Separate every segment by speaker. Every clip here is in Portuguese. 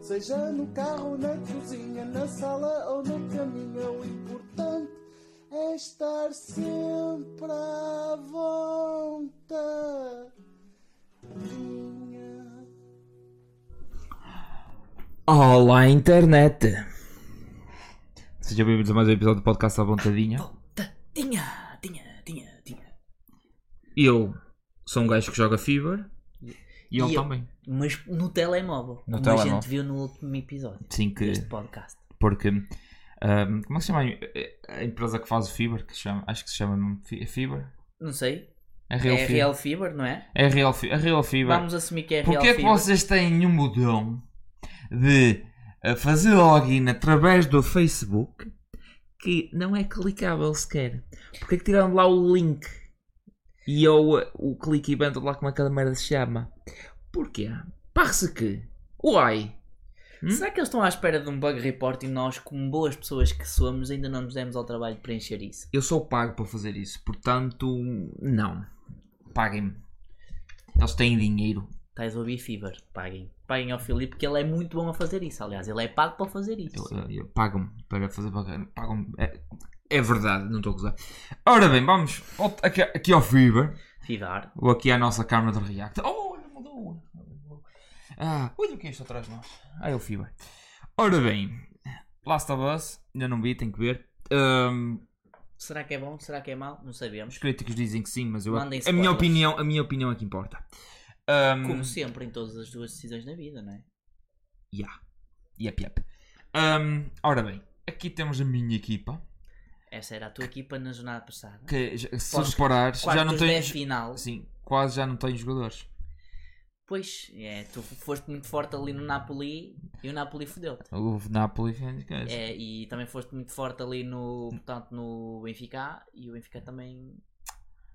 Speaker 1: Seja no carro, na cozinha, na sala ou no caminho, é o importante é estar sempre à vontade.
Speaker 2: Olá, internet!
Speaker 3: Sejam bem-vindos a mais um episódio do podcast à vontadinha.
Speaker 2: Tinha, tinha, tinha, tinha.
Speaker 3: Eu sou um gajo que joga Fever e ele
Speaker 2: E eu.
Speaker 3: também.
Speaker 2: Mas no telemóvel,
Speaker 3: No
Speaker 2: como a
Speaker 3: telemóvel.
Speaker 2: gente viu no último episódio
Speaker 3: Sim, que.
Speaker 2: deste podcast.
Speaker 3: Porque. ahm, como é que se chama a, a empresa que faz o Fever? Que se chama, acho que se chama mesmo Fi- Fever.
Speaker 2: Não sei,
Speaker 3: É Real
Speaker 2: é
Speaker 3: Fever.
Speaker 2: Real Fever, não é?
Speaker 3: É Real, Fi- é Real Fever.
Speaker 2: Vamos assumir que é Real
Speaker 3: Porquê é que
Speaker 2: Fever.
Speaker 3: vocês têm um botão de ah, fazer login através do Facebook que não é clicável sequer? Porquê é que tiraram de lá o link e eu, ah, o clique e bando lá como é aquela merda se chama? Porquê? Parece que. Uai! Hum?
Speaker 2: Será que eles estão à espera de um bug report e nós, como boas pessoas que somos, ainda não nos demos ao trabalho de preencher isso?
Speaker 3: Eu sou pago para fazer isso, portanto, não. Paguem-me. Eles têm dinheiro.
Speaker 2: Estás a ouvir Fever, paguem. Paguem ao Filipe que ele é muito bom a fazer isso. Aliás, ele é pago para fazer isso.
Speaker 3: Eu- eu- eu- Pagam-me para fazer bacana. Pagam-me. É, é verdade, não estou a gozar. Ora bem, vamos ao- aqui, aqui ao Fever,
Speaker 2: Fivar.
Speaker 3: ou aqui à nossa câmara de React. Oh, olha, mudou! Ah, olha o que é isto atrás de nós. Ah, é o Fever. Ora bem, Last of Us, ainda não vi, tenho que ver. Ahm,
Speaker 2: Será que é bom? Será que é mau? Não sabemos.
Speaker 3: os críticos dizem que sim, mas eu, a
Speaker 2: Mandem
Speaker 3: minha
Speaker 2: spoilers.
Speaker 3: opinião, a minha opinião é que importa. Ahm,
Speaker 2: Como assim? sempre em todas as duas decisões na vida, não é?
Speaker 3: yeah. Yep, yep. Ahm, ora bem, aqui temos a minha equipa.
Speaker 2: Essa era a tua equipa na jornada passada.
Speaker 3: Que, já- se
Speaker 2: Podes-
Speaker 3: reparares,
Speaker 2: Quartos
Speaker 3: já não tenho.
Speaker 2: de final.
Speaker 3: Sim, quase já não tenho jogadores.
Speaker 2: Pois, é, tu foste muito forte ali no Napoli e o Napoli fodeu-te.
Speaker 3: O Napoli é,
Speaker 2: É, e também foste muito forte ali no,
Speaker 3: Hum.
Speaker 2: portanto, no Benfica e o Benfica também,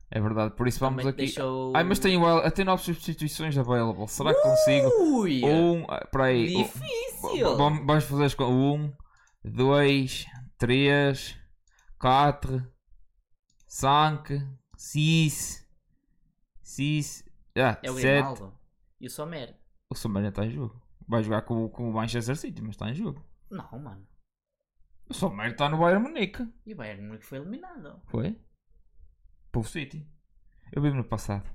Speaker 3: é verdade, por isso vamos
Speaker 2: também te
Speaker 3: aqui.
Speaker 2: deixou...
Speaker 3: Ai, mas tenho, el- até nove substituições available. Será que consigo?
Speaker 2: Ui! é
Speaker 3: Um, ah, para aí. um-
Speaker 2: Difícil!
Speaker 3: v- vamos- vamos fazer as co- um, dois, três, quatro, cinco, seis, seis, ah,
Speaker 2: é o
Speaker 3: sete.
Speaker 2: Grimaldo e o Sommer.
Speaker 3: O Somália está em jogo. Vai jogar com, o- com o Manchester City, mas está em jogo.
Speaker 2: Não, mano.
Speaker 3: O Somália está no Bayern Munique.
Speaker 2: E o Bayern Munique foi eliminado.
Speaker 3: Foi? Povo City. Eu vivo no passado.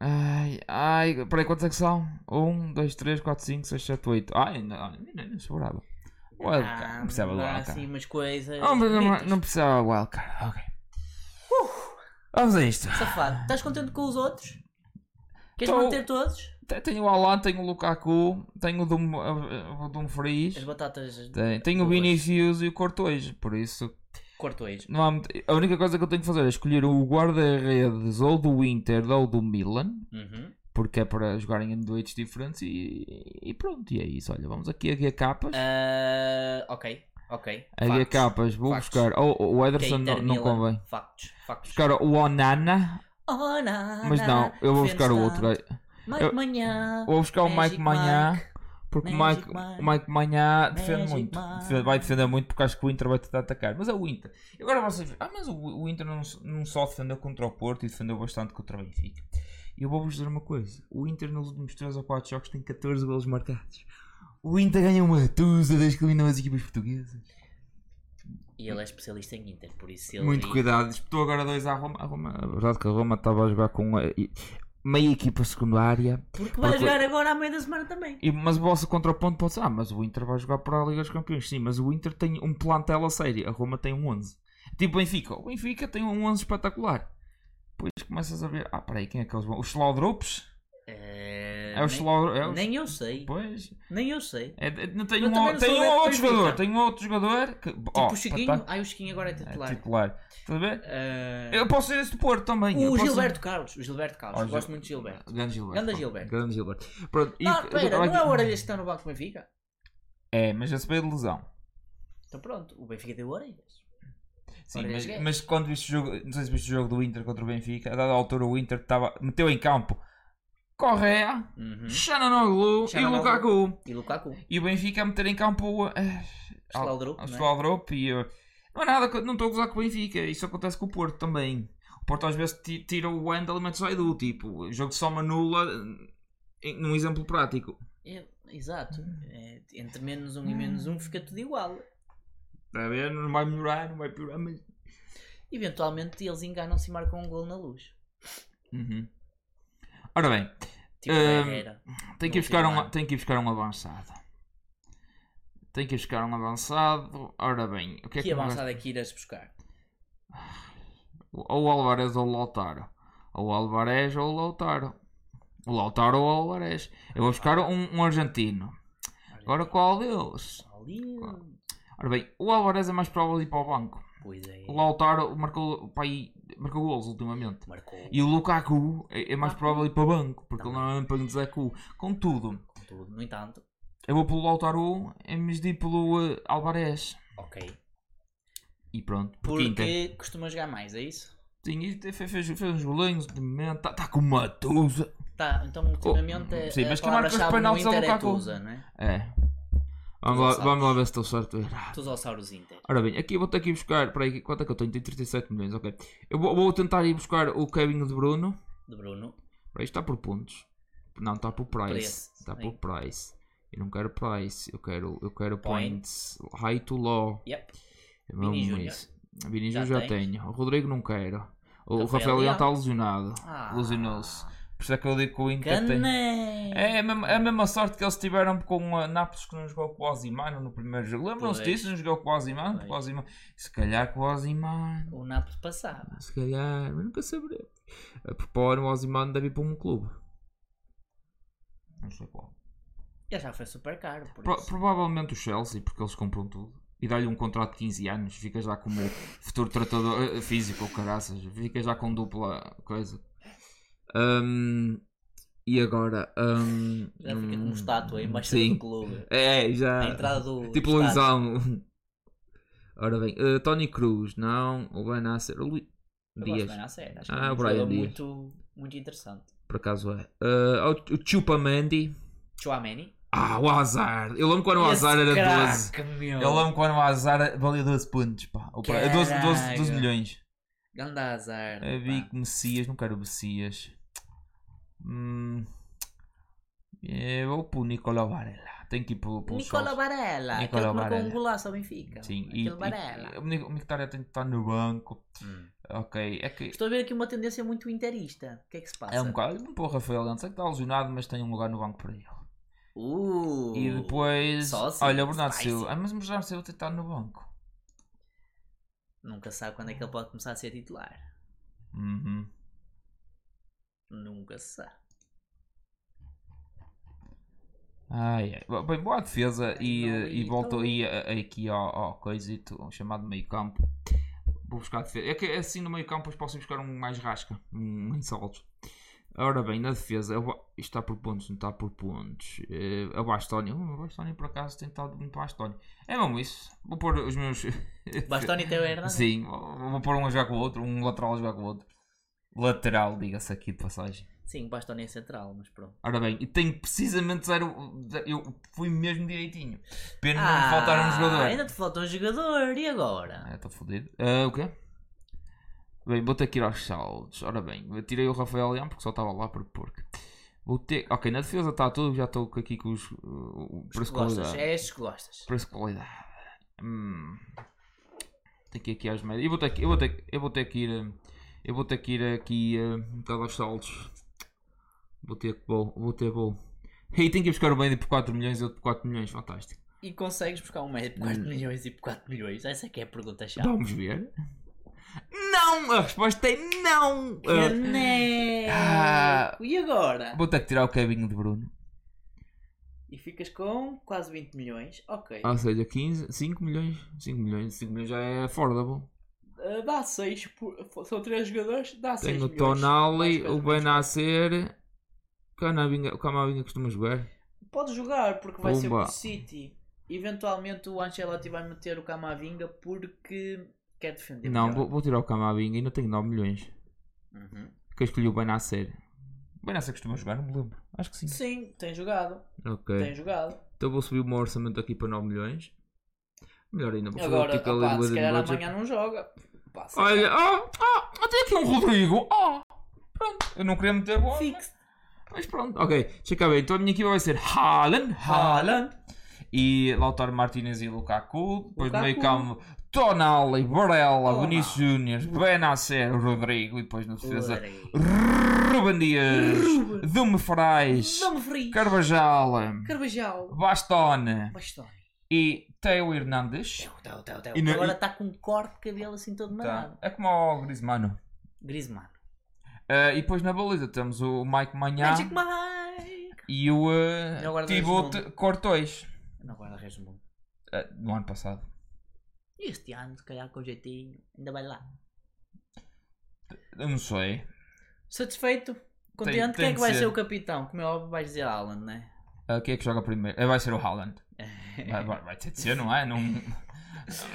Speaker 3: Ai, ai, peraí, quantos é que são? 1, 2, 3, 4, 5, 6, 7, 8. Ai, não, não, não sobrava. Wildcard,
Speaker 2: Ah,
Speaker 3: não precisava do
Speaker 2: dá
Speaker 3: wildcard.
Speaker 2: assim umas coisas.
Speaker 3: não, Ah, não, não,
Speaker 2: bonitas.
Speaker 3: não precisava do wildcard, ok. Uh, Vamos a isto.
Speaker 2: Safado, estás contente com os outros? Queres
Speaker 3: Tô.
Speaker 2: manter todos?
Speaker 3: Te- Tenho o Alan, tenho o Lukaku, tenho o Dum- eh, o Dumfries,
Speaker 2: As batatas.
Speaker 3: tenho- tenho o
Speaker 2: boas.
Speaker 3: Vinicius e o Cortois, por isso
Speaker 2: Cortoês.
Speaker 3: Não há muito- A única coisa que eu tenho que fazer é escolher o guarda-redes ou do Inter ou do Milan,
Speaker 2: Uhum.
Speaker 3: porque é para jogarem em duetos diferentes e, e pronto, e é isso. Olha, vamos aqui a G capas.
Speaker 2: Ah, ok, ok.
Speaker 3: a G capas, vou
Speaker 2: Factos.
Speaker 3: buscar. Oh, oh, o Ederson
Speaker 2: Inter
Speaker 3: não, não
Speaker 2: Milan.
Speaker 3: convém.
Speaker 2: Factos, factos.
Speaker 3: Buscar o Onana,
Speaker 2: Oh, não,
Speaker 3: mas não, eu vou buscar o outro gajo.
Speaker 2: Mike
Speaker 3: Eu-
Speaker 2: Manhã.
Speaker 3: Vou buscar o
Speaker 2: Magic
Speaker 3: Mike Manhã,
Speaker 2: Mike.
Speaker 3: porque o
Speaker 2: Magic
Speaker 3: Mike,
Speaker 2: Mike.
Speaker 3: o Mike Manhã defende
Speaker 2: Magic
Speaker 3: muito.
Speaker 2: Mike.
Speaker 3: Defe- Vai defender muito porque acho que o Inter vai tentar atacar. Mas é o Inter. E Agora vocês ah, mas o, o Inter não, s- não só defendeu contra o Porto e defendeu bastante contra o Benfica. E eu vou-vos dizer uma coisa: o Inter nos últimos 3 ou 4 jogos tem 14 golos marcados. O Inter ganha uma tusa desde que eliminou as equipas portuguesas.
Speaker 2: E ele é especialista em Inter, por isso ele.
Speaker 3: Muito cuidado, disputou agora dois à Roma. A, Roma. a verdade é que a Roma estava a jogar com eh, e- meia equipa secundária.
Speaker 2: Porque vai
Speaker 3: Porque-
Speaker 2: jogar agora à meia da semana também.
Speaker 3: E- mas o vosso contraponto pode ser: ah, mas o Inter vai jogar para a Liga dos Campeões. Sim, mas o Inter tem um plantel a sério. A Roma tem um 11. Tipo o Benfica. O Benfica tem um 11 espetacular. Depois começas a ver: ah, peraí, quem é que eles vão? Os Slaudropes?
Speaker 2: Eh,
Speaker 3: É os
Speaker 2: nem-
Speaker 3: Slaudropes? É os...
Speaker 2: Nem eu sei,
Speaker 3: Pois.
Speaker 2: nem eu sei.
Speaker 3: É, é- não tem
Speaker 2: Eu
Speaker 3: um,
Speaker 2: também não
Speaker 3: tem
Speaker 2: sou
Speaker 3: um
Speaker 2: adepto do
Speaker 3: outro
Speaker 2: Benfica.
Speaker 3: jogador. Tem um outro jogador que.
Speaker 2: Tipo o Chiquinho.
Speaker 3: tá-
Speaker 2: Ai, o Chiquinho agora é titular.
Speaker 3: é titular. Estás a ver?
Speaker 2: Eh,
Speaker 3: Eu posso ser esse do Porto também. eu
Speaker 2: O
Speaker 3: posso ser-
Speaker 2: Gilberto Carlos, o Gilberto Carlos,
Speaker 3: Oh,
Speaker 2: eu
Speaker 3: Gil-
Speaker 2: gosto muito de Gilberto.
Speaker 3: Grande Gilberto.
Speaker 2: Ganda
Speaker 3: pá.
Speaker 2: Gilberto.
Speaker 3: Grande Gilberto. Pronto, e-
Speaker 2: Não, pera, não é o
Speaker 3: aqui-
Speaker 2: Orelhas que está no banco do Benfica?
Speaker 3: É, mas já se veio de lesão.
Speaker 2: Então pronto, o Benfica deu Orelhas.
Speaker 3: Sim,
Speaker 2: Orelhas
Speaker 3: mas,
Speaker 2: gay.
Speaker 3: mas quando viste o jogo, não sei se viste o jogo do Inter contra o Benfica, a dada altura o Inter tava, meteu em campo Correa,
Speaker 2: Uhum.
Speaker 3: Xananoglu e
Speaker 2: Xananoglu.
Speaker 3: Lukaku.
Speaker 2: E Lukaku,
Speaker 3: E o Benfica a meter em campo eh, Al-
Speaker 2: Slaudrup,
Speaker 3: Al-
Speaker 2: não é?
Speaker 3: Slaudrup e eh, não é nada, que- não estou a gozar com o Benfica, isso acontece com o Porto também. O Porto às vezes ti- tira o Wendel e mete só Edu, tipo, o jogo de soma nula, eh, num exemplo prático.
Speaker 2: É, exato. É, entre menos um e menos um fica tudo igual.
Speaker 3: Está Tá a ver? Não vai melhorar, não vai piorar, mas.
Speaker 2: Eventualmente eles enganam-se e marcam um gol na luz.
Speaker 3: Uhum. Ora bem,
Speaker 2: Tipo
Speaker 3: Hum,
Speaker 2: Herrera.
Speaker 3: tem que, ir
Speaker 2: No
Speaker 3: buscar um,
Speaker 2: final.
Speaker 3: tem que ir buscar um avançado. Tem que ir buscar um avançado. Ora bem, o que é que,
Speaker 2: Que
Speaker 3: eu gosto-
Speaker 2: avançada é que irás buscar?
Speaker 3: Ou o Alvarez ou o Lautaro. Ou o Alvarez ou o Lautaro. O Lautaro ou o Alvarez. Eu vou buscar um, um argentino. Agora qual deles?
Speaker 2: Ali.
Speaker 3: Ora bem, o Alvarez é mais provável de ir para o banco.
Speaker 2: Pois é.
Speaker 3: O Lautaro marcou, pá, aí, marcou gols ultimamente.
Speaker 2: Marcou
Speaker 3: E o Lukaku é, é mais provável de ir para o banco, porque ele
Speaker 2: Também.
Speaker 3: não é para Nzeku. Contudo,
Speaker 2: com um tudo. No entanto,
Speaker 3: eu vou pelo Lautaro em vez de ir pelo eh, Alvarez.
Speaker 2: ok.
Speaker 3: E pronto, por quinta.
Speaker 2: Porque costuma jogar mais, é isso?
Speaker 3: Sim, isto fez, fez, fez uns golinhos de momento. Está tá com uma tusa.
Speaker 2: Tá, então ultimamente
Speaker 3: Oh,
Speaker 2: a-
Speaker 3: sim,
Speaker 2: a
Speaker 3: mas que marca os
Speaker 2: palavra-chave no
Speaker 3: penaltis ao
Speaker 2: Inter é
Speaker 3: Lukaku.
Speaker 2: Tusa, não é?
Speaker 3: É. Vamos lá,
Speaker 2: sabes.
Speaker 3: vamos lá ver se estou certo ou errado.
Speaker 2: Tusossauros Inter.
Speaker 3: Ora bem, aqui eu vou ter que ir buscar. Peraí, quanto é que eu tenho? Tenho 37 milhões, ok. Eu vou, vou tentar ir buscar o Kevin de Bruno.
Speaker 2: De Bruno.
Speaker 3: Peraí, está tá por pontos. Não, está por price.
Speaker 2: Preço,
Speaker 3: está
Speaker 2: sim.
Speaker 3: por price. Eu não quero price, eu quero, eu quero
Speaker 2: Points.
Speaker 3: points. High to low.
Speaker 2: Yep.
Speaker 3: É mesmo
Speaker 2: Vini Júnior.
Speaker 3: isso. Vini
Speaker 2: Já
Speaker 3: Júnior já,
Speaker 2: tens.
Speaker 3: tenho. O Rodrigo não quero. O
Speaker 2: Rafael
Speaker 3: Rafael, Leão
Speaker 2: Leão.
Speaker 3: está lesionado.
Speaker 2: Ah.
Speaker 3: Lesionou-se. Por isso é que eu digo que o Inter tem.
Speaker 2: Caném!
Speaker 3: É a mesma, a mesma sorte que eles tiveram com a Nápoles que não jogou com o Osimano no primeiro jogo. Lembram-se
Speaker 2: Pois.
Speaker 3: disso? Não jogou com o Osimano?
Speaker 2: Pois.
Speaker 3: Com o Osimano. Se calhar com o Osimano.
Speaker 2: O Napoli passava.
Speaker 3: Se calhar, mas nunca saberemos. A propósito, o Osimano deve ir para um clube. Não sei qual.
Speaker 2: Ele já foi super caro, por
Speaker 3: Pro-
Speaker 2: isso.
Speaker 3: provavelmente o Chelsea, porque eles compram tudo. E dá-lhe um contrato de 15 anos, ficas já como futuro tratador eh, físico ou caraças, ficas já com dupla coisa. Ahm, Hum, e agora? ahm,
Speaker 2: Já fica como
Speaker 3: hum,
Speaker 2: estátua, embaixo
Speaker 3: sim.
Speaker 2: do clube.
Speaker 3: É, já.
Speaker 2: A entrada do.
Speaker 3: Tipo
Speaker 2: do
Speaker 3: Luiz
Speaker 2: estádio.
Speaker 3: Almo. Ora bem, eh, Tony Cruz, não. O Ben Nasser. O Lu...
Speaker 2: Eu gosto
Speaker 3: Dias,
Speaker 2: bem na série, acho
Speaker 3: Ah,
Speaker 2: que é um
Speaker 3: o Brian
Speaker 2: jogador
Speaker 3: Dias.
Speaker 2: muito, muito interessante.
Speaker 3: por acaso é. Eh, o- o Chupa Mandy.
Speaker 2: Chouameni.
Speaker 3: Ah, o Azar. Eu lembro quando o Azar era 12. Eu lembro quando o Azar valia 12 pontos, pá. Ou pra- 12, 12, 12
Speaker 2: Caraca.
Speaker 3: milhões.
Speaker 2: Ganda azar.
Speaker 3: Eu vi
Speaker 2: pá.
Speaker 3: que Messias, não quero Messias. Hum, eh, vou pro Nicolau Varela. Tem que ir pro, pro
Speaker 2: Nicola
Speaker 3: Chelsea.
Speaker 2: Barella. aquele
Speaker 3: Nicola
Speaker 2: que marcou
Speaker 3: Barella.
Speaker 2: um golaço ao Benfica.
Speaker 3: Sim, e,
Speaker 2: Aquele
Speaker 3: e,
Speaker 2: Barella.
Speaker 3: e o Nic- o Mictória tem que estar no banco.
Speaker 2: Hum.
Speaker 3: Ok, é que
Speaker 2: Estou a ver aqui uma tendência muito interista. O que é que se passa?
Speaker 3: É um bocado. Bom, Pô, Rafael Leão, sei que está lesionado, mas tem um lugar no banco para ele.
Speaker 2: Uh,
Speaker 3: E depois.
Speaker 2: só assim,
Speaker 3: olha, o Bernardo
Speaker 2: spicy.
Speaker 3: Silva. Ah, mas o Bernardo Silva tem que estar no banco.
Speaker 2: Nunca sabe quando é que ele pode começar a ser titular.
Speaker 3: Uhum.
Speaker 2: Nunca se sabe.
Speaker 3: Ai, ai. Bo- Bem, boa defesa e,
Speaker 2: Ai, não,
Speaker 3: e
Speaker 2: e
Speaker 3: volto
Speaker 2: então-
Speaker 3: aí a- a- aqui ao, ao coisito ao chamado meio campo. Vou buscar defesa. É que assim no meio campo depois posso ir buscar um mais rasca, um em saltos. Ora bem, na defesa, eu vou- isto está por pontos, não está por pontos. Eh, É o Bastónio, Hum, o Bastónio por acaso tem estado muito Bastónio. É mesmo isso. Vou pôr os meus.
Speaker 2: Bastoni Teo Hernández.
Speaker 3: Sim, vou vou pôr um a jogar com o outro, um lateral a jogar com o outro. Lateral, diga-se aqui de passagem.
Speaker 2: Sim, Bastoni é central, mas pronto.
Speaker 3: Ora bem, e tenho precisamente zero. zero- Eu fui mesmo direitinho. Pena não
Speaker 2: Ah,
Speaker 3: me faltar um jogador.
Speaker 2: Ainda te falta um jogador. E agora?
Speaker 3: Estou fodido. Ah, o quê? Bem, vou ter que ir aos saldos. Ora bem, eu tirei o Rafael Leão porque só estava lá por porco. Vou ter. Ok, na defesa está tudo, já estou aqui com os. Uh, o preço de
Speaker 2: Gostas?
Speaker 3: qualidade.
Speaker 2: É estes que gostas.
Speaker 3: Preço de qualidade. Hum. Tenho que ir aqui às médias. Eu vou ter que, eu vou ter, eu vou ter que ir. hum, Eu vou ter que ir aqui hum, um bocado aos saldos. Vou ter que bom, vou ter bom. E tenho que ir buscar o Bendy por 4 milhões, outro por 4 milhões, fantástico.
Speaker 2: E consegues buscar um médio por 4
Speaker 3: Hum.
Speaker 2: milhões e por 4 milhões? Essa é que é a pergunta chave.
Speaker 3: Vamos ver. Não! A resposta é não! Ah,
Speaker 2: Caneco!
Speaker 3: Ah.
Speaker 2: E agora?
Speaker 3: vou ter que tirar o Kevin de Bruno.
Speaker 2: E ficas com quase 20 milhões. Ok.
Speaker 3: Ou seja, 15, 5 milhões. 5 milhões, 5 milhões já é affordable.
Speaker 2: Ah, dá 6 São 3 jogadores, dá 6
Speaker 3: Tenho o
Speaker 2: milhões. Mais
Speaker 3: Tonali,
Speaker 2: coisa,
Speaker 3: o
Speaker 2: menos
Speaker 3: Benacer. Camavinga- O Camavinga costuma jogar.
Speaker 2: coisa. Podes jogar porque vai ser
Speaker 3: Pumba.
Speaker 2: o City. Eventualmente o Ancelotti vai meter o Camavinga porque quer defender.
Speaker 3: Não,
Speaker 2: melhor.
Speaker 3: vou, vou tirar o Camavinga, ainda tenho 9 milhões.
Speaker 2: Uhum.
Speaker 3: Que eu escolhi o Benasser. O Benasser costuma jogar, não me lembro. Acho que sim.
Speaker 2: Sim, tem jogado.
Speaker 3: Ok.
Speaker 2: Tem jogado.
Speaker 3: Então vou subir o meu orçamento aqui para 9 milhões. Melhor ainda, vou fazer
Speaker 2: agora,
Speaker 3: aqui aquela
Speaker 2: opá,
Speaker 3: do
Speaker 2: se calhar
Speaker 3: budget.
Speaker 2: amanhã não joga. Pá, sei
Speaker 3: Olha, ah, ah, tem aqui um Rodrigo. Ah, pronto. Eu não queria meter
Speaker 2: lá.
Speaker 3: bola.
Speaker 2: Fixed.
Speaker 3: mas Mas pronto, ok. Deixa eu cá ver. Então a minha equipa vai ser Haaland, Haaland. E Lautaro Martinez e Lukaku. Depois no
Speaker 2: Lukaku.
Speaker 3: meio campo, Tonali, Barella,
Speaker 2: Tonali.
Speaker 3: Vinícius Júnior, Benacer, Rodrigo. E depois na defesa,
Speaker 2: Rodrigo.
Speaker 3: Ruben Dias, Dume Frais,
Speaker 2: Não me frio.
Speaker 3: Carvajal, oh.
Speaker 2: Carvajal.
Speaker 3: Bastone
Speaker 2: Bastão.
Speaker 3: e Teo Hernandes.
Speaker 2: Teu, teu, teu.
Speaker 3: E não-
Speaker 2: Agora
Speaker 3: e-
Speaker 2: está com um corte de cabelo assim todo marado.
Speaker 3: Tá. É como o Griezmann.
Speaker 2: Griezmann.
Speaker 3: Ah, e depois na baliza temos o É Mike Manhã
Speaker 2: Magic Mike!
Speaker 3: e o ah,
Speaker 2: Não guardas
Speaker 3: Thibaut
Speaker 2: nome.
Speaker 3: Cortois
Speaker 2: Não guarda o resto do mundo.
Speaker 3: ah, do ano passado.
Speaker 2: E este ano, se calhar com jeitinho, ainda vai lá.
Speaker 3: Eu não sei.
Speaker 2: Satisfeito? Contente?
Speaker 3: Tem-
Speaker 2: Quem é
Speaker 3: tem
Speaker 2: que
Speaker 3: de
Speaker 2: vai ser.
Speaker 3: ser.
Speaker 2: o capitão? Como é óbvio, vais dizer Alan, né?
Speaker 3: Ah, quem é que joga primeiro? Ah, vai ser o Haaland. Vai, vai- vai ter de ser, não é? Não...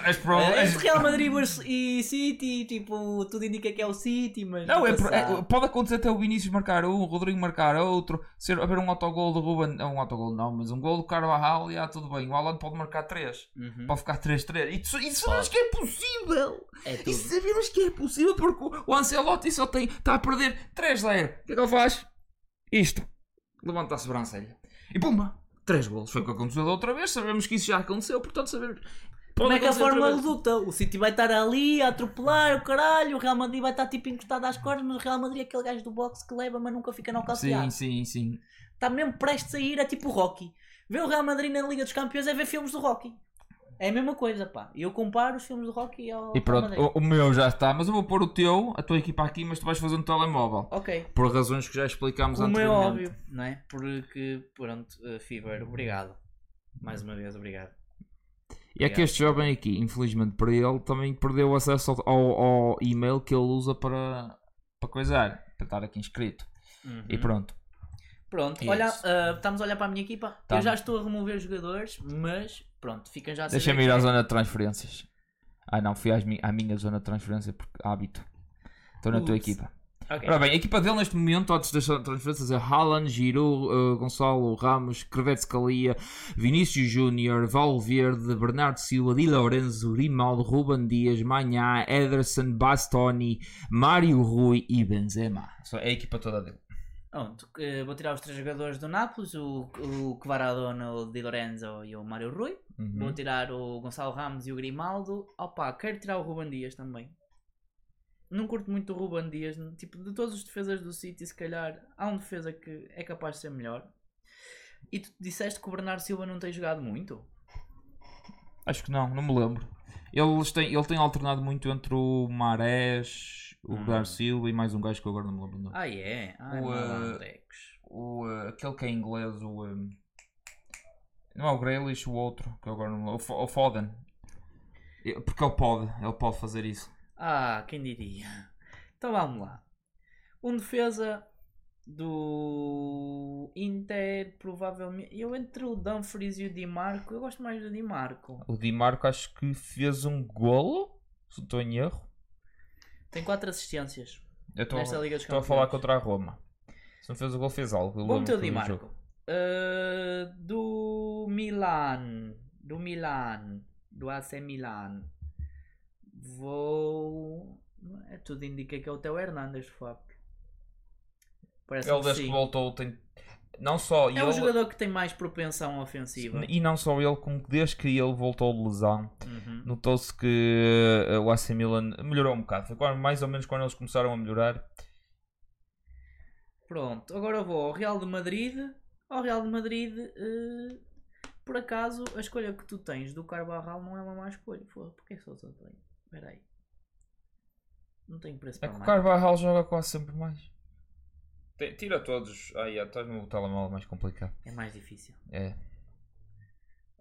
Speaker 3: És pro...
Speaker 2: É,
Speaker 3: és-
Speaker 2: Este Real Madrid vs- e City, tipo, tudo indica que é o City, mas.
Speaker 3: Não, é, pro- é-
Speaker 2: passar.
Speaker 3: pode acontecer até o Vinícius marcar um, o Rodrigo marcar outro, ser, haver um autogol do Ruben, ah, um autogol não, mas um gol do Carvajal e ah, tudo bem. O Haaland pode marcar três,
Speaker 2: Uhum.
Speaker 3: pode ficar 3-3. Isso, isso sabemos que é possível!
Speaker 2: É
Speaker 3: E
Speaker 2: tudo.
Speaker 3: sabemos que é possível porque o- o Ancelotti só tem. Está a perder 3-0. O que é que ele faz? Isto. Levanta a sobrancelha. E pumba! 3 gols. Foi o que aconteceu da outra vez. Sabemos que isso já aconteceu, portanto sabemos.
Speaker 2: Como é que a
Speaker 3: acontecer outra
Speaker 2: forma
Speaker 3: vez.
Speaker 2: resulta? O City vai estar ali a atropelar o caralho, o Real Madrid vai estar tipo encostado às cordas, mas o Real Madrid é aquele gajo do boxe que leva, mas nunca fica
Speaker 3: Sim,
Speaker 2: nocauteado.
Speaker 3: sim, sim.
Speaker 2: Está mesmo prestes a ir, é tipo o Rocky. Ver o Real Madrid na Liga dos Campeões é ver filmes do Rocky. É a mesma coisa, pá. Eu comparo os filmes do Rocky ao.
Speaker 3: E
Speaker 2: Real
Speaker 3: pronto,
Speaker 2: Madrid.
Speaker 3: o, o meu já está, mas eu vou pôr o teu, a tua equipa aqui, mas tu vais fazer um telemóvel.
Speaker 2: Ok.
Speaker 3: Por razões que já explicámos
Speaker 2: Como é
Speaker 3: anteriormente.
Speaker 2: óbvio, não é? Porque, pronto, uh, Fever, obrigado. Mais uma vez, obrigado.
Speaker 3: E é que este jovem aqui, infelizmente para ele, também perdeu o acesso ao, ao- ao e-mail que ele usa para, para coisar, para estar aqui inscrito.
Speaker 2: Uhum.
Speaker 3: E pronto.
Speaker 2: Pronto,
Speaker 3: Yes.
Speaker 2: olha, ah, estamos a olhar para a minha equipa.
Speaker 3: Tá.
Speaker 2: Eu já estou a remover jogadores, mas pronto, fiquem já a saber. é.
Speaker 3: Deixa-me ir à zona de transferências. Ah não, fui às mi- à minha zona de transferência porque hábito. Estou na tua
Speaker 2: Ups.
Speaker 3: equipa.
Speaker 2: Ok.
Speaker 3: Ora bem, a equipa dele neste momento, antes das transferências, é Haaland, Giroud, eh, Gonçalo, Ramos, Crevete Scalia, Vinícius Júnior, Valverde, Bernardo Silva, Di Lorenzo, Rimaldo, Ruben Dias, Manhã, Ederson, Bastoni, Mário Rui e Benzema. Só é a equipa toda dele.
Speaker 2: Pronto, que vou tirar os três jogadores do Nápoles, o, o Kvaradona, o Di Lorenzo e o Mário Rui.
Speaker 3: Uhum.
Speaker 2: Vou tirar o Gonçalo Ramos e o Grimaldo. Opa, quero tirar o Ruban Dias também. Não curto muito o Ruban Dias. Tipo, de todos os defesas do City, se calhar, há um defesa que é capaz de ser melhor. E tu disseste que o Bernardo Silva não tem jogado muito?
Speaker 3: Acho que não, não me lembro. Eles têm, ele tem alternado muito entre o Marés, o
Speaker 2: Hum.
Speaker 3: Bernardo Silva e mais um gajo que eu agora não me lembro. o nome.
Speaker 2: Ah, é? Ah,
Speaker 3: O, eh,
Speaker 2: malandrecos.
Speaker 3: o, eh, aquele que é inglês, o. eh, não é o Grealish, o outro, que eu agora não me lembro, o Fo- o Foden. Eh, Porque ele pode, ele pode fazer isso.
Speaker 2: Ah, quem diria? Então vamos lá. Um defesa do Inter, provavelmente. Eu entre o Dumfries e o Di Marco, eu gosto mais do Di Marco.
Speaker 3: O Di Marco acho que fez um golo, se não estou em erro.
Speaker 2: Tem quatro assistências
Speaker 3: Eu estou
Speaker 2: nesta Liga dos
Speaker 3: estou a
Speaker 2: Campeões.
Speaker 3: falar contra a Roma. Se não fez o gol, fez algo. eu
Speaker 2: Vou
Speaker 3: lembro
Speaker 2: meter o
Speaker 3: que
Speaker 2: Di
Speaker 3: eu vi o
Speaker 2: Marco.
Speaker 3: jogo.
Speaker 2: Ah, do Milan. Do Milan. Do AC Milan. Vou. É, tudo indica que é o Teo Hernandes, de facto. Parece
Speaker 3: Ele
Speaker 2: que
Speaker 3: desde
Speaker 2: sim.
Speaker 3: que voltou tem. Não só
Speaker 2: É o
Speaker 3: ele-
Speaker 2: jogador é? que tem mais propensão ofensiva.
Speaker 3: E não só ele, como que desde que ele voltou de lesão,
Speaker 2: Uhum.
Speaker 3: notou-se que eh, o AC Milan melhorou um bocado. Foi quando- mais ou menos quando eles começaram a melhorar.
Speaker 2: Pronto, agora eu vou ao Real de Madrid. Ao Real de Madrid, eh, por acaso, a escolha que tu tens do Carvajal não é uma má escolha. Porra, porque é só só tenho? Espera aí. Não tenho preço
Speaker 3: É
Speaker 2: para
Speaker 3: que o
Speaker 2: mais.
Speaker 3: Carvajal joga quase sempre mais. Tira todos. Aí, estás no telemóvel mais complicado.
Speaker 2: É mais difícil.
Speaker 3: É.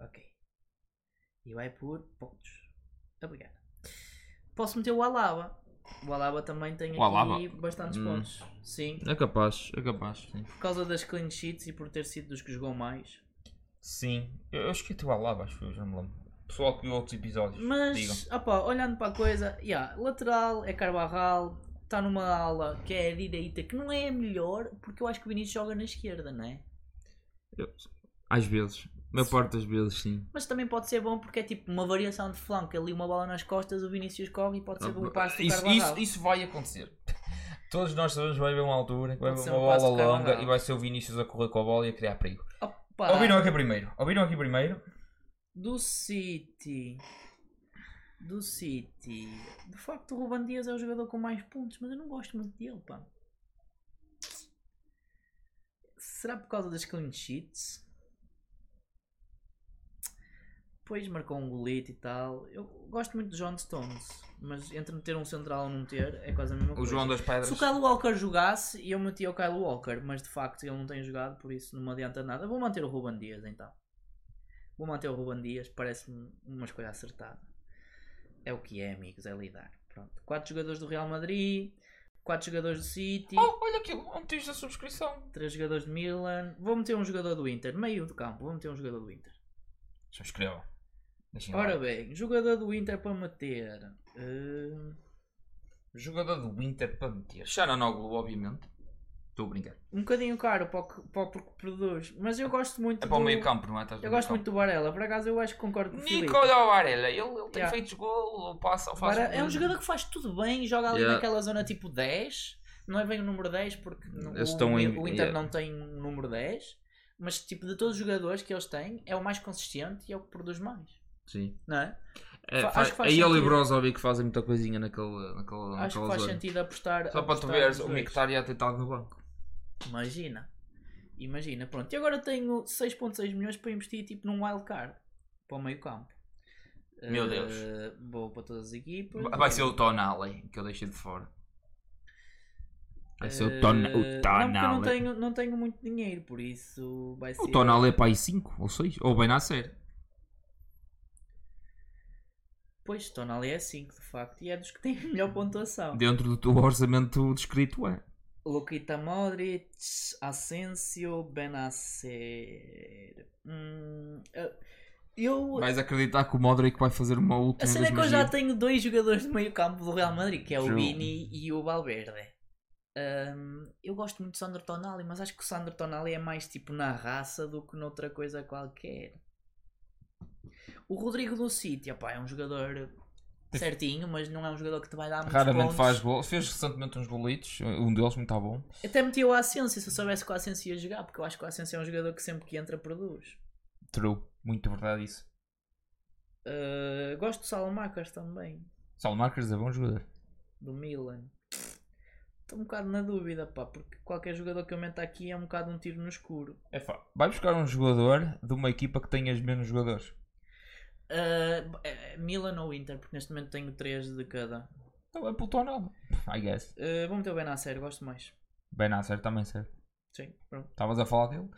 Speaker 2: Ok. E vai por pontos. Obrigado. Posso meter o Alaba. O Alaba também tem
Speaker 3: O Alaba?
Speaker 2: aqui bastantes
Speaker 3: Hum.
Speaker 2: pontos. Sim,
Speaker 3: É capaz, é capaz. Sim.
Speaker 2: por causa das clean sheets e por ter sido dos que jogou mais.
Speaker 3: Sim. Eu, eu esqueci o Alaba, acho que eu já me lembro. Pessoal que viu outros episódios. Digam.
Speaker 2: Mas, opá, olhando para a coisa, yeah, lateral é Carvajal, está numa ala que é a direita, que não é a melhor, porque eu acho que o Vinícius joga na esquerda, não é?
Speaker 3: Eu- às vezes. A maior parte das vezes, sim.
Speaker 2: Mas também pode ser bom porque é tipo uma variação de flanco, ali uma bola nas costas, o Vinícius corre e pode ser bom passo do
Speaker 3: Ah, Isso,
Speaker 2: Carvajal.
Speaker 3: isso- isso vai acontecer. Todos nós sabemos que vai haver uma altura, que vai
Speaker 2: Pode
Speaker 3: haver
Speaker 2: ser
Speaker 3: uma
Speaker 2: um passo
Speaker 3: bola
Speaker 2: de cada
Speaker 3: longa
Speaker 2: lado.
Speaker 3: e vai ser o Vinícius a correr com a bola e a criar perigo.
Speaker 2: Opa,
Speaker 3: Ouviram aqui primeiro? Ouviram aqui primeiro?
Speaker 2: do City. Do City. De facto, o Ruben Dias é o jogador com mais pontos, mas eu não gosto muito dele, pá. Será por causa das clean sheets? Pois marcou um golito e tal. Eu gosto muito de John Stones, mas entre meter um central ou não ter é quase a mesma
Speaker 3: O
Speaker 2: coisa.
Speaker 3: João das Pedras.
Speaker 2: Se o Kyle Walker jogasse, eu metia o Kyle Walker, mas de facto ele não tem jogado, por isso não me adianta nada. Vou manter o Ruban Dias então. Vou manter o Ruban Dias, parece-me uma escolha acertada. É o que é, amigos, é lidar. Pronto. Quatro jogadores do Real Madrid, quatro jogadores do City,
Speaker 3: Oh, olha aqui, um tiro da subscrição.
Speaker 2: três jogadores do Milan. Vou meter um jogador do Inter, meio do campo, vou meter um jogador do Inter.
Speaker 3: Subscreva. Deixem
Speaker 2: Ora
Speaker 3: lá.
Speaker 2: bem, jogador do Inter para meter. eh,
Speaker 3: Jogador do Inter para meter. Charanoglu, obviamente. Estou a brincar.
Speaker 2: um bocadinho caro para o que, para o que produz, mas eu gosto muito
Speaker 3: É para o
Speaker 2: do-
Speaker 3: meio campo, não é? Estás no
Speaker 2: Eu
Speaker 3: meio
Speaker 2: gosto
Speaker 3: campo.
Speaker 2: muito do Varela, por acaso eu acho que concordo com o Filipe.
Speaker 3: Nicolau Varela, ele, ele tem
Speaker 2: Yeah.
Speaker 3: feito gol, passa, faz
Speaker 2: Vara- é um jogador que faz tudo bem, joga ali
Speaker 3: Yeah.
Speaker 2: naquela zona tipo 10, não é bem o número 10 porque não-
Speaker 3: Eles
Speaker 2: o,
Speaker 3: estão em-
Speaker 2: o Inter
Speaker 3: yeah.
Speaker 2: não tem um número 10, mas tipo de todos os jogadores que eles têm é o mais consistente e é o que produz mais,
Speaker 3: Sim.
Speaker 2: não é?
Speaker 3: É,
Speaker 2: Fa-
Speaker 3: fa-
Speaker 2: acho que faz
Speaker 3: é ele e
Speaker 2: sentido.
Speaker 3: Brozovic que fazem muita coisinha naquela, naquela,
Speaker 2: Acho que
Speaker 3: naquela
Speaker 2: faz
Speaker 3: zona.
Speaker 2: sentido apostar.
Speaker 3: Só para tu
Speaker 2: apostar
Speaker 3: veres,
Speaker 2: nos
Speaker 3: o
Speaker 2: dois.
Speaker 3: Mictar já tem estado no banco.
Speaker 2: Imagina. Imagina, pronto. E agora tenho 6.6 milhões para investir tipo num wildcard para o meio campo. Eh,
Speaker 3: Meu Deus.
Speaker 2: Vou para todas as equipas.
Speaker 3: Vai ser o Tonali, que eu deixei de fora. Vai ser
Speaker 2: Eh,
Speaker 3: o, ton, o
Speaker 2: Não, porque eu não
Speaker 3: Tonali.
Speaker 2: tenho, não tenho muito dinheiro, por isso vai ser.
Speaker 3: O Tonali é para aí 5 ou 6, ou bem nascer.
Speaker 2: Pois, Tonali é 5, de facto, e é dos que têm a melhor pontuação.
Speaker 3: Dentro do teu orçamento descrito é.
Speaker 2: Luquita Modric, Asensio, Benacer. Hum, eh, eu.
Speaker 3: Vais acreditar que o Modric vai fazer uma
Speaker 2: a
Speaker 3: última
Speaker 2: cena é
Speaker 3: vez
Speaker 2: que eu já
Speaker 3: magia?
Speaker 2: tenho dois jogadores do meio campo do Real Madrid, que é o
Speaker 3: True.
Speaker 2: Vini e o Valverde. Hum, eu gosto muito de Sandro Tonali, mas acho que o Sandro Tonali é mais tipo na raça do que noutra coisa qualquer. O Rodrigo do City, opá, é um jogador certinho, mas não é um jogador que te vai dar muitos
Speaker 3: Raramente
Speaker 2: pontos.
Speaker 3: faz gols. Fez recentemente uns golitos, um deles muito bom.
Speaker 2: Até metia o Asensio, se eu soubesse que o Asensio ia jogar, porque eu acho que o Asensio é um jogador que sempre que entra produz.
Speaker 3: True, muito verdade isso.
Speaker 2: Uh, gosto do Salomacas também,
Speaker 3: Sal Marques é bom jogador.
Speaker 2: do Milan. Estou um bocado na dúvida, pá, porque qualquer jogador que eu meta aqui é um bocado um tiro no escuro.
Speaker 3: É fa- Vai buscar um jogador de uma equipa que tenha os menos jogadores.
Speaker 2: Uh, eh, Milan ou Inter, porque neste momento tenho 3 de cada.
Speaker 3: Então é pelo Tonali. I guess.
Speaker 2: Uh, vou meter o Benacer, gosto mais.
Speaker 3: Bem Nasser também serve.
Speaker 2: Sim, pronto.
Speaker 3: Estavas a falar dele?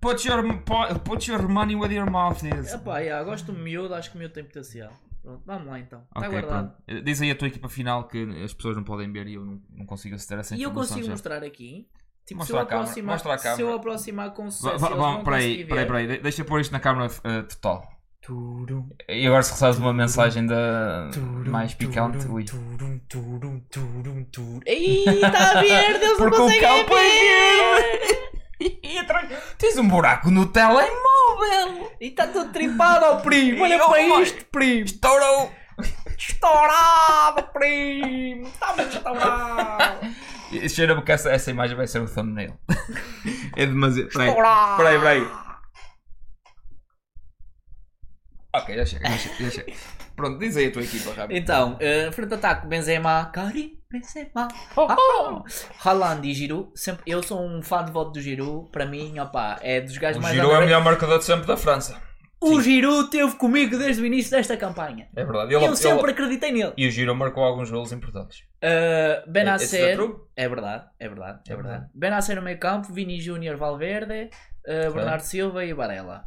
Speaker 3: Put your, po- put your money where your mouth is.
Speaker 2: Epá, yeah, gosto do miúdo, acho que o miúdo tem potencial. Pronto, vamos lá então. Está
Speaker 3: Ok,
Speaker 2: guardado.
Speaker 3: pronto. Diz aí a tua equipa final que as pessoas não podem ver e eu não, não consigo acessar essa
Speaker 2: E eu
Speaker 3: informação.
Speaker 2: consigo
Speaker 3: já.
Speaker 2: mostrar aqui. Tipo,
Speaker 3: Mostra
Speaker 2: se, eu
Speaker 3: à câmara,
Speaker 2: aproximar,
Speaker 3: mostra à
Speaker 2: se eu
Speaker 3: câmara.
Speaker 2: aproximar com
Speaker 3: Vá-
Speaker 2: sucesso,
Speaker 3: vá-
Speaker 2: eles
Speaker 3: vá-
Speaker 2: vão
Speaker 3: Peraí,
Speaker 2: conseguir
Speaker 3: peraí,
Speaker 2: ver.
Speaker 3: peraí. de- Deixa eu pôr isto na câmara eh, total.
Speaker 2: Turum,
Speaker 3: E agora se recebes uma mensagem da
Speaker 2: turum,
Speaker 3: mais picante.
Speaker 2: turum,
Speaker 3: ui.
Speaker 2: turum, turum, turum, turum. Ei, está a ver, Deus tá não
Speaker 3: Porque o
Speaker 2: consegue
Speaker 3: campo é
Speaker 2: ver.
Speaker 3: E atrás- Tens um buraco no telemóvel!
Speaker 2: E está todo tripado, ó primo. Olha
Speaker 3: E eu,
Speaker 2: para
Speaker 3: mãe,
Speaker 2: isto, primo.
Speaker 3: Estourou!
Speaker 2: Estourado, primo. Está muito
Speaker 3: Tá
Speaker 2: estourado.
Speaker 3: E Cheira-me que essa, essa imagem vai ser o thumbnail. é demasiado. Peraí,
Speaker 2: Estourado.
Speaker 3: peraí, peraí. Ok, já chega, já chega, já chega. Pronto, diz aí a tua equipa rápido.
Speaker 2: Então, eh, frente de ataque, Benzema, Karim, Benzema, Ah, Haaland e Giroud. Sempre, eu sou um fã de voto do Giroud. Para mim, opa, é dos gajos
Speaker 3: O
Speaker 2: mais
Speaker 3: Giroud é o
Speaker 2: underrated.
Speaker 3: melhor marcador de sempre da França.
Speaker 2: O Giroud teve comigo desde o início desta campanha.
Speaker 3: É verdade.
Speaker 2: Eu,
Speaker 3: Ele,
Speaker 2: um sempre
Speaker 3: ele-
Speaker 2: acreditei nele.
Speaker 3: E o Giroud marcou alguns golos importantes.
Speaker 2: Uh,
Speaker 3: Esse é
Speaker 2: Benacer.
Speaker 3: true?
Speaker 2: É verdade, é verdade, é
Speaker 3: É
Speaker 2: verdade.
Speaker 3: verdade.
Speaker 2: Benacer no meio campo, Vini Júnior, Valverde, uh, Bernardo Silva e Varela.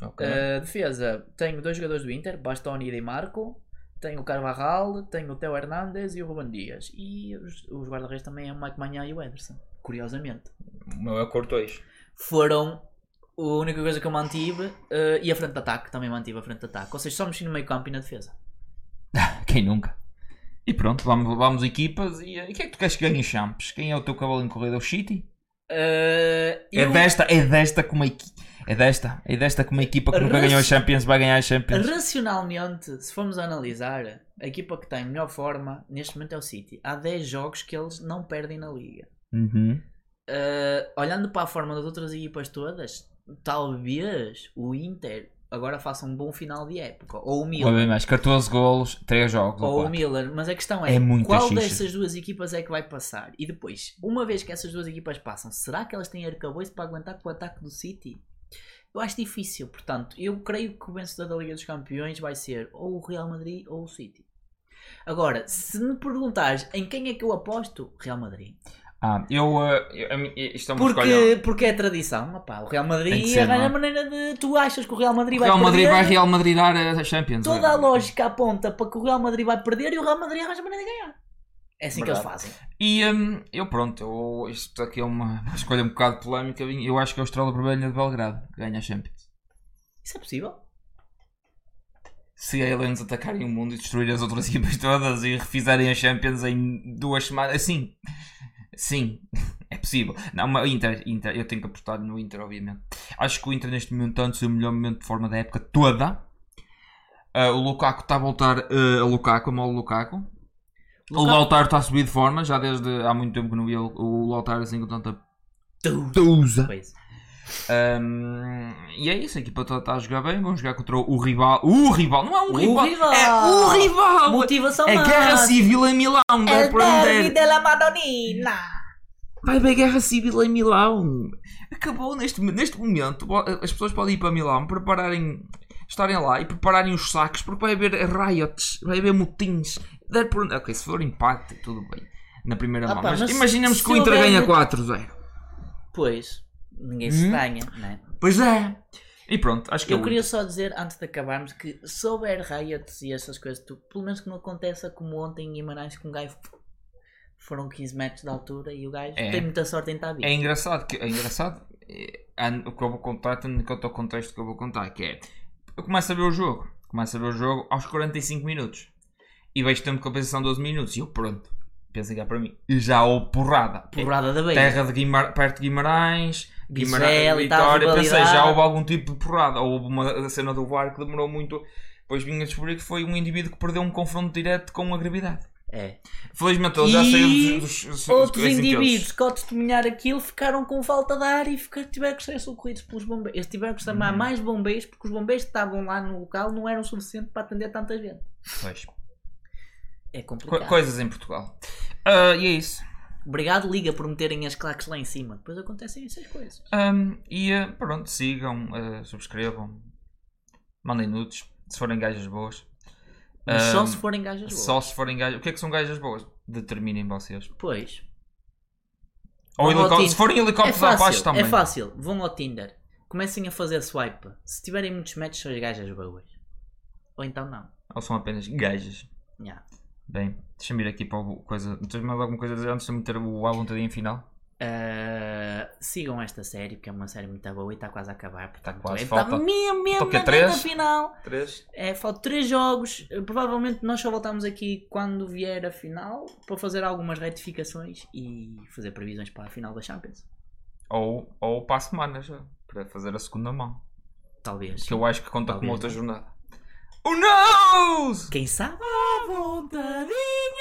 Speaker 3: Ok.
Speaker 2: Uh, defesa, tenho dois jogadores do Inter, Bastoni e Di Marco. Tenho o Carvajal, tenho o Theo Hernandes e o Ruben Dias. E os, os guarda-redes também é o Mike Manhã e o Ederson, curiosamente.
Speaker 3: O meu é o Courtois.
Speaker 2: Foram a única coisa que eu mantive uh, e a frente de ataque, também mantive a frente de ataque. Ou seja, só mexi no meio campo e na defesa.
Speaker 3: Quem nunca? E pronto, vamos, vamos equipas. E, e quem é que tu queres que ganhe em Champs? Quem é o teu cavalo em corrida? O City?
Speaker 2: Eh,
Speaker 3: É
Speaker 2: eu
Speaker 3: desta, é desta como equipa. É desta, é desta como equipa que nunca
Speaker 2: Raci-
Speaker 3: ganhou a Champions vai ganhar a Champions.
Speaker 2: Racionalmente, se formos analisar, a equipa que tem melhor forma neste momento é o City. Há 10 jogos que eles não perdem na liga.
Speaker 3: Uhum.
Speaker 2: Uh, olhando para a forma das outras equipas todas, talvez o Inter agora faça um bom final de época. Ou o
Speaker 3: Vou
Speaker 2: Milan.
Speaker 3: ver mais. 14 golos, 3 jogos. ou
Speaker 2: Ou o
Speaker 3: quatro.
Speaker 2: Miller, mas a questão é,
Speaker 3: É muita
Speaker 2: qual
Speaker 3: xixa.
Speaker 2: dessas duas equipas é que vai passar? E depois, uma vez que essas duas equipas passam, será que elas têm arcabouço para aguentar com o ataque do City? Eu acho difícil, portanto, eu creio que o vencedor da Liga dos Campeões vai ser ou o Real Madrid ou o City. Agora, se me perguntares em quem é que eu aposto, Real Madrid.
Speaker 3: Ah, eu. uh, eu- a mi- isto é uma escolha.
Speaker 2: Porque, porque é tradição, opá, o Real
Speaker 3: Tem
Speaker 2: Madrid
Speaker 3: que ser,
Speaker 2: arranja
Speaker 3: não é?
Speaker 2: a maneira de. Tu achas que o Real Madrid vai
Speaker 3: Real Madrid
Speaker 2: perder?
Speaker 3: vai Real Madrid dar a Champions. é?
Speaker 2: Toda a lógica aponta para que o Real Madrid vai perder e o Real Madrid arranja a maneira de ganhar. É assim que
Speaker 3: Verdade.
Speaker 2: eles fazem.
Speaker 3: E hum, eu, pronto, eu, isto aqui é uma, uma escolha um bocado polémica. Eu acho que é o Estrela Vermelha de Belgrado que ganha a Champions.
Speaker 2: Isso é possível?
Speaker 3: Se a Aliens atacarem o mundo e destruir as outras equipas todas e refizerem a Champions em duas semanas. Assim, sim, é possível. Não, mas Inter, Inter, eu tenho que apostar no Inter, obviamente. Acho que o Inter neste momento está no seu melhor momento de forma da época toda. Ah, o Lukaku está a voltar ah, a Lukaku, mal Lukaku. O
Speaker 2: Lukaku-
Speaker 3: Lautaro está a subir de forma, já desde há muito tempo que não via o, o Lautaro assim com tanta
Speaker 2: Tu.
Speaker 3: tousa.
Speaker 2: Pois.
Speaker 3: Ahm, e é isso, a equipa toda está a jogar bem, vão jogar contra o rival. O rival, não é um
Speaker 2: O
Speaker 3: rival,
Speaker 2: rival.
Speaker 3: é o rival!
Speaker 2: Motivação
Speaker 3: É guerra
Speaker 2: máxima.
Speaker 3: civil em Milão, dá
Speaker 2: É
Speaker 3: para
Speaker 2: derby
Speaker 3: onde der.
Speaker 2: della Madonnina.
Speaker 3: Vai haver guerra civil em Milão. Acabou neste, neste momento. bo- As pessoas podem ir para Milão, prepararem, estarem lá e prepararem os sacos, porque vai haver riots, vai haver motins. Der por onde- Ok, se for empate, tudo bem. Na primeira
Speaker 2: Ah
Speaker 3: mão.
Speaker 2: pá,
Speaker 3: Mas,
Speaker 2: mas
Speaker 3: imaginamos
Speaker 2: se
Speaker 3: que o Inter
Speaker 2: houver-
Speaker 3: ganha 4-0.
Speaker 2: Pois. Ninguém se
Speaker 3: Hum?
Speaker 2: estranha, né?
Speaker 3: Pois é. E pronto, acho que é
Speaker 2: Eu
Speaker 3: o
Speaker 2: queria
Speaker 3: Inter.
Speaker 2: só dizer, antes de acabarmos, que se houver riots e essas coisas, tu, pelo menos que não aconteça como ontem em Guimarães, que um gajo foram 15 metros de altura e o gajo
Speaker 3: É.
Speaker 2: tem muita sorte em estar vivo.
Speaker 3: É engraçado que é engraçado é, há- o que eu vou contar, tendo em conta o contexto que eu vou contar, que é eu começo a ver o jogo, começo a ver o jogo aos 45 minutos e vejo tempo de compensação 12 minutos e eu pronto, pensa que é para mim, e já houve porrada,
Speaker 2: Porrada
Speaker 3: é.
Speaker 2: da beira.
Speaker 3: terra de Guimar perto de Guimarães, Guimarães,
Speaker 2: Vizela e tal,
Speaker 3: Vitória, pensei, já
Speaker 2: rivalidade.
Speaker 3: houve algum tipo de porrada, houve uma cena do VAR que demorou muito, depois vim a descobrir que foi um indivíduo que perdeu um confronto direto com a gravidade.
Speaker 2: É.
Speaker 3: Felizmente ele já
Speaker 2: E
Speaker 3: saiu dos, dos- dos coisas
Speaker 2: Outros
Speaker 3: em que eles-
Speaker 2: indivíduos que ao testemunhar aquilo ficaram com falta de ar e ficaram, tiveram que ser socorridos pelos bombeiros. Eles tiveram que chamar
Speaker 3: Uhum.
Speaker 2: mais bombeiros porque os bombeiros que estavam lá no local não eram suficientes para atender tanta gente.
Speaker 3: Pois.
Speaker 2: É
Speaker 3: Co-
Speaker 2: complicado.
Speaker 3: coisas em Portugal. Ah, e é isso.
Speaker 2: Obrigado, Liga, por meterem as claques lá em cima. Depois acontecem essas coisas.
Speaker 3: Ahm, e ah, pronto, sigam, ah, subscrevam, mandem nudes, se forem gajas boas.
Speaker 2: Mas
Speaker 3: Ahm,
Speaker 2: só se forem gajas boas.
Speaker 3: hum, Só se forem gajas. O que é que são gajas boas? Determinem vocês.
Speaker 2: Pois.
Speaker 3: Ou
Speaker 2: Vão ao
Speaker 3: helicóptero.
Speaker 2: Tinder.
Speaker 3: Se forem
Speaker 2: É
Speaker 3: helicópteros à paz
Speaker 2: fácil,
Speaker 3: também.
Speaker 2: é fácil. Vão ao Tinder. Comecem a fazer swipe. Se tiverem muitos matches, são as gajas boas. Ou então não.
Speaker 3: Ou são apenas gajas.
Speaker 2: Yeah.
Speaker 3: Bem, deixa-me ir aqui para alguma coisa. Não tens mais alguma coisa a dizer antes de eu meter o álbum todinho em final?
Speaker 2: Uh, sigam esta série, porque é uma série muito boa e está quase a acabar. Portanto,
Speaker 3: Tá quase,
Speaker 2: é,
Speaker 3: falta-
Speaker 2: Tá mesmo, mesmo
Speaker 3: Toca
Speaker 2: na
Speaker 3: três?
Speaker 2: reta final.
Speaker 3: 3.
Speaker 2: É, faltam três jogos. Uh, Provavelmente nós só voltamos aqui quando vier a final para fazer algumas retificações e fazer previsões para a final da Champions.
Speaker 3: Ou, ou para a semana já. Para fazer a segunda mão.
Speaker 2: Talvez.
Speaker 3: Que eu acho que conta com
Speaker 2: Talvez.
Speaker 3: outra jornada. Oh, não!
Speaker 2: Quem sabe? A vontadinha.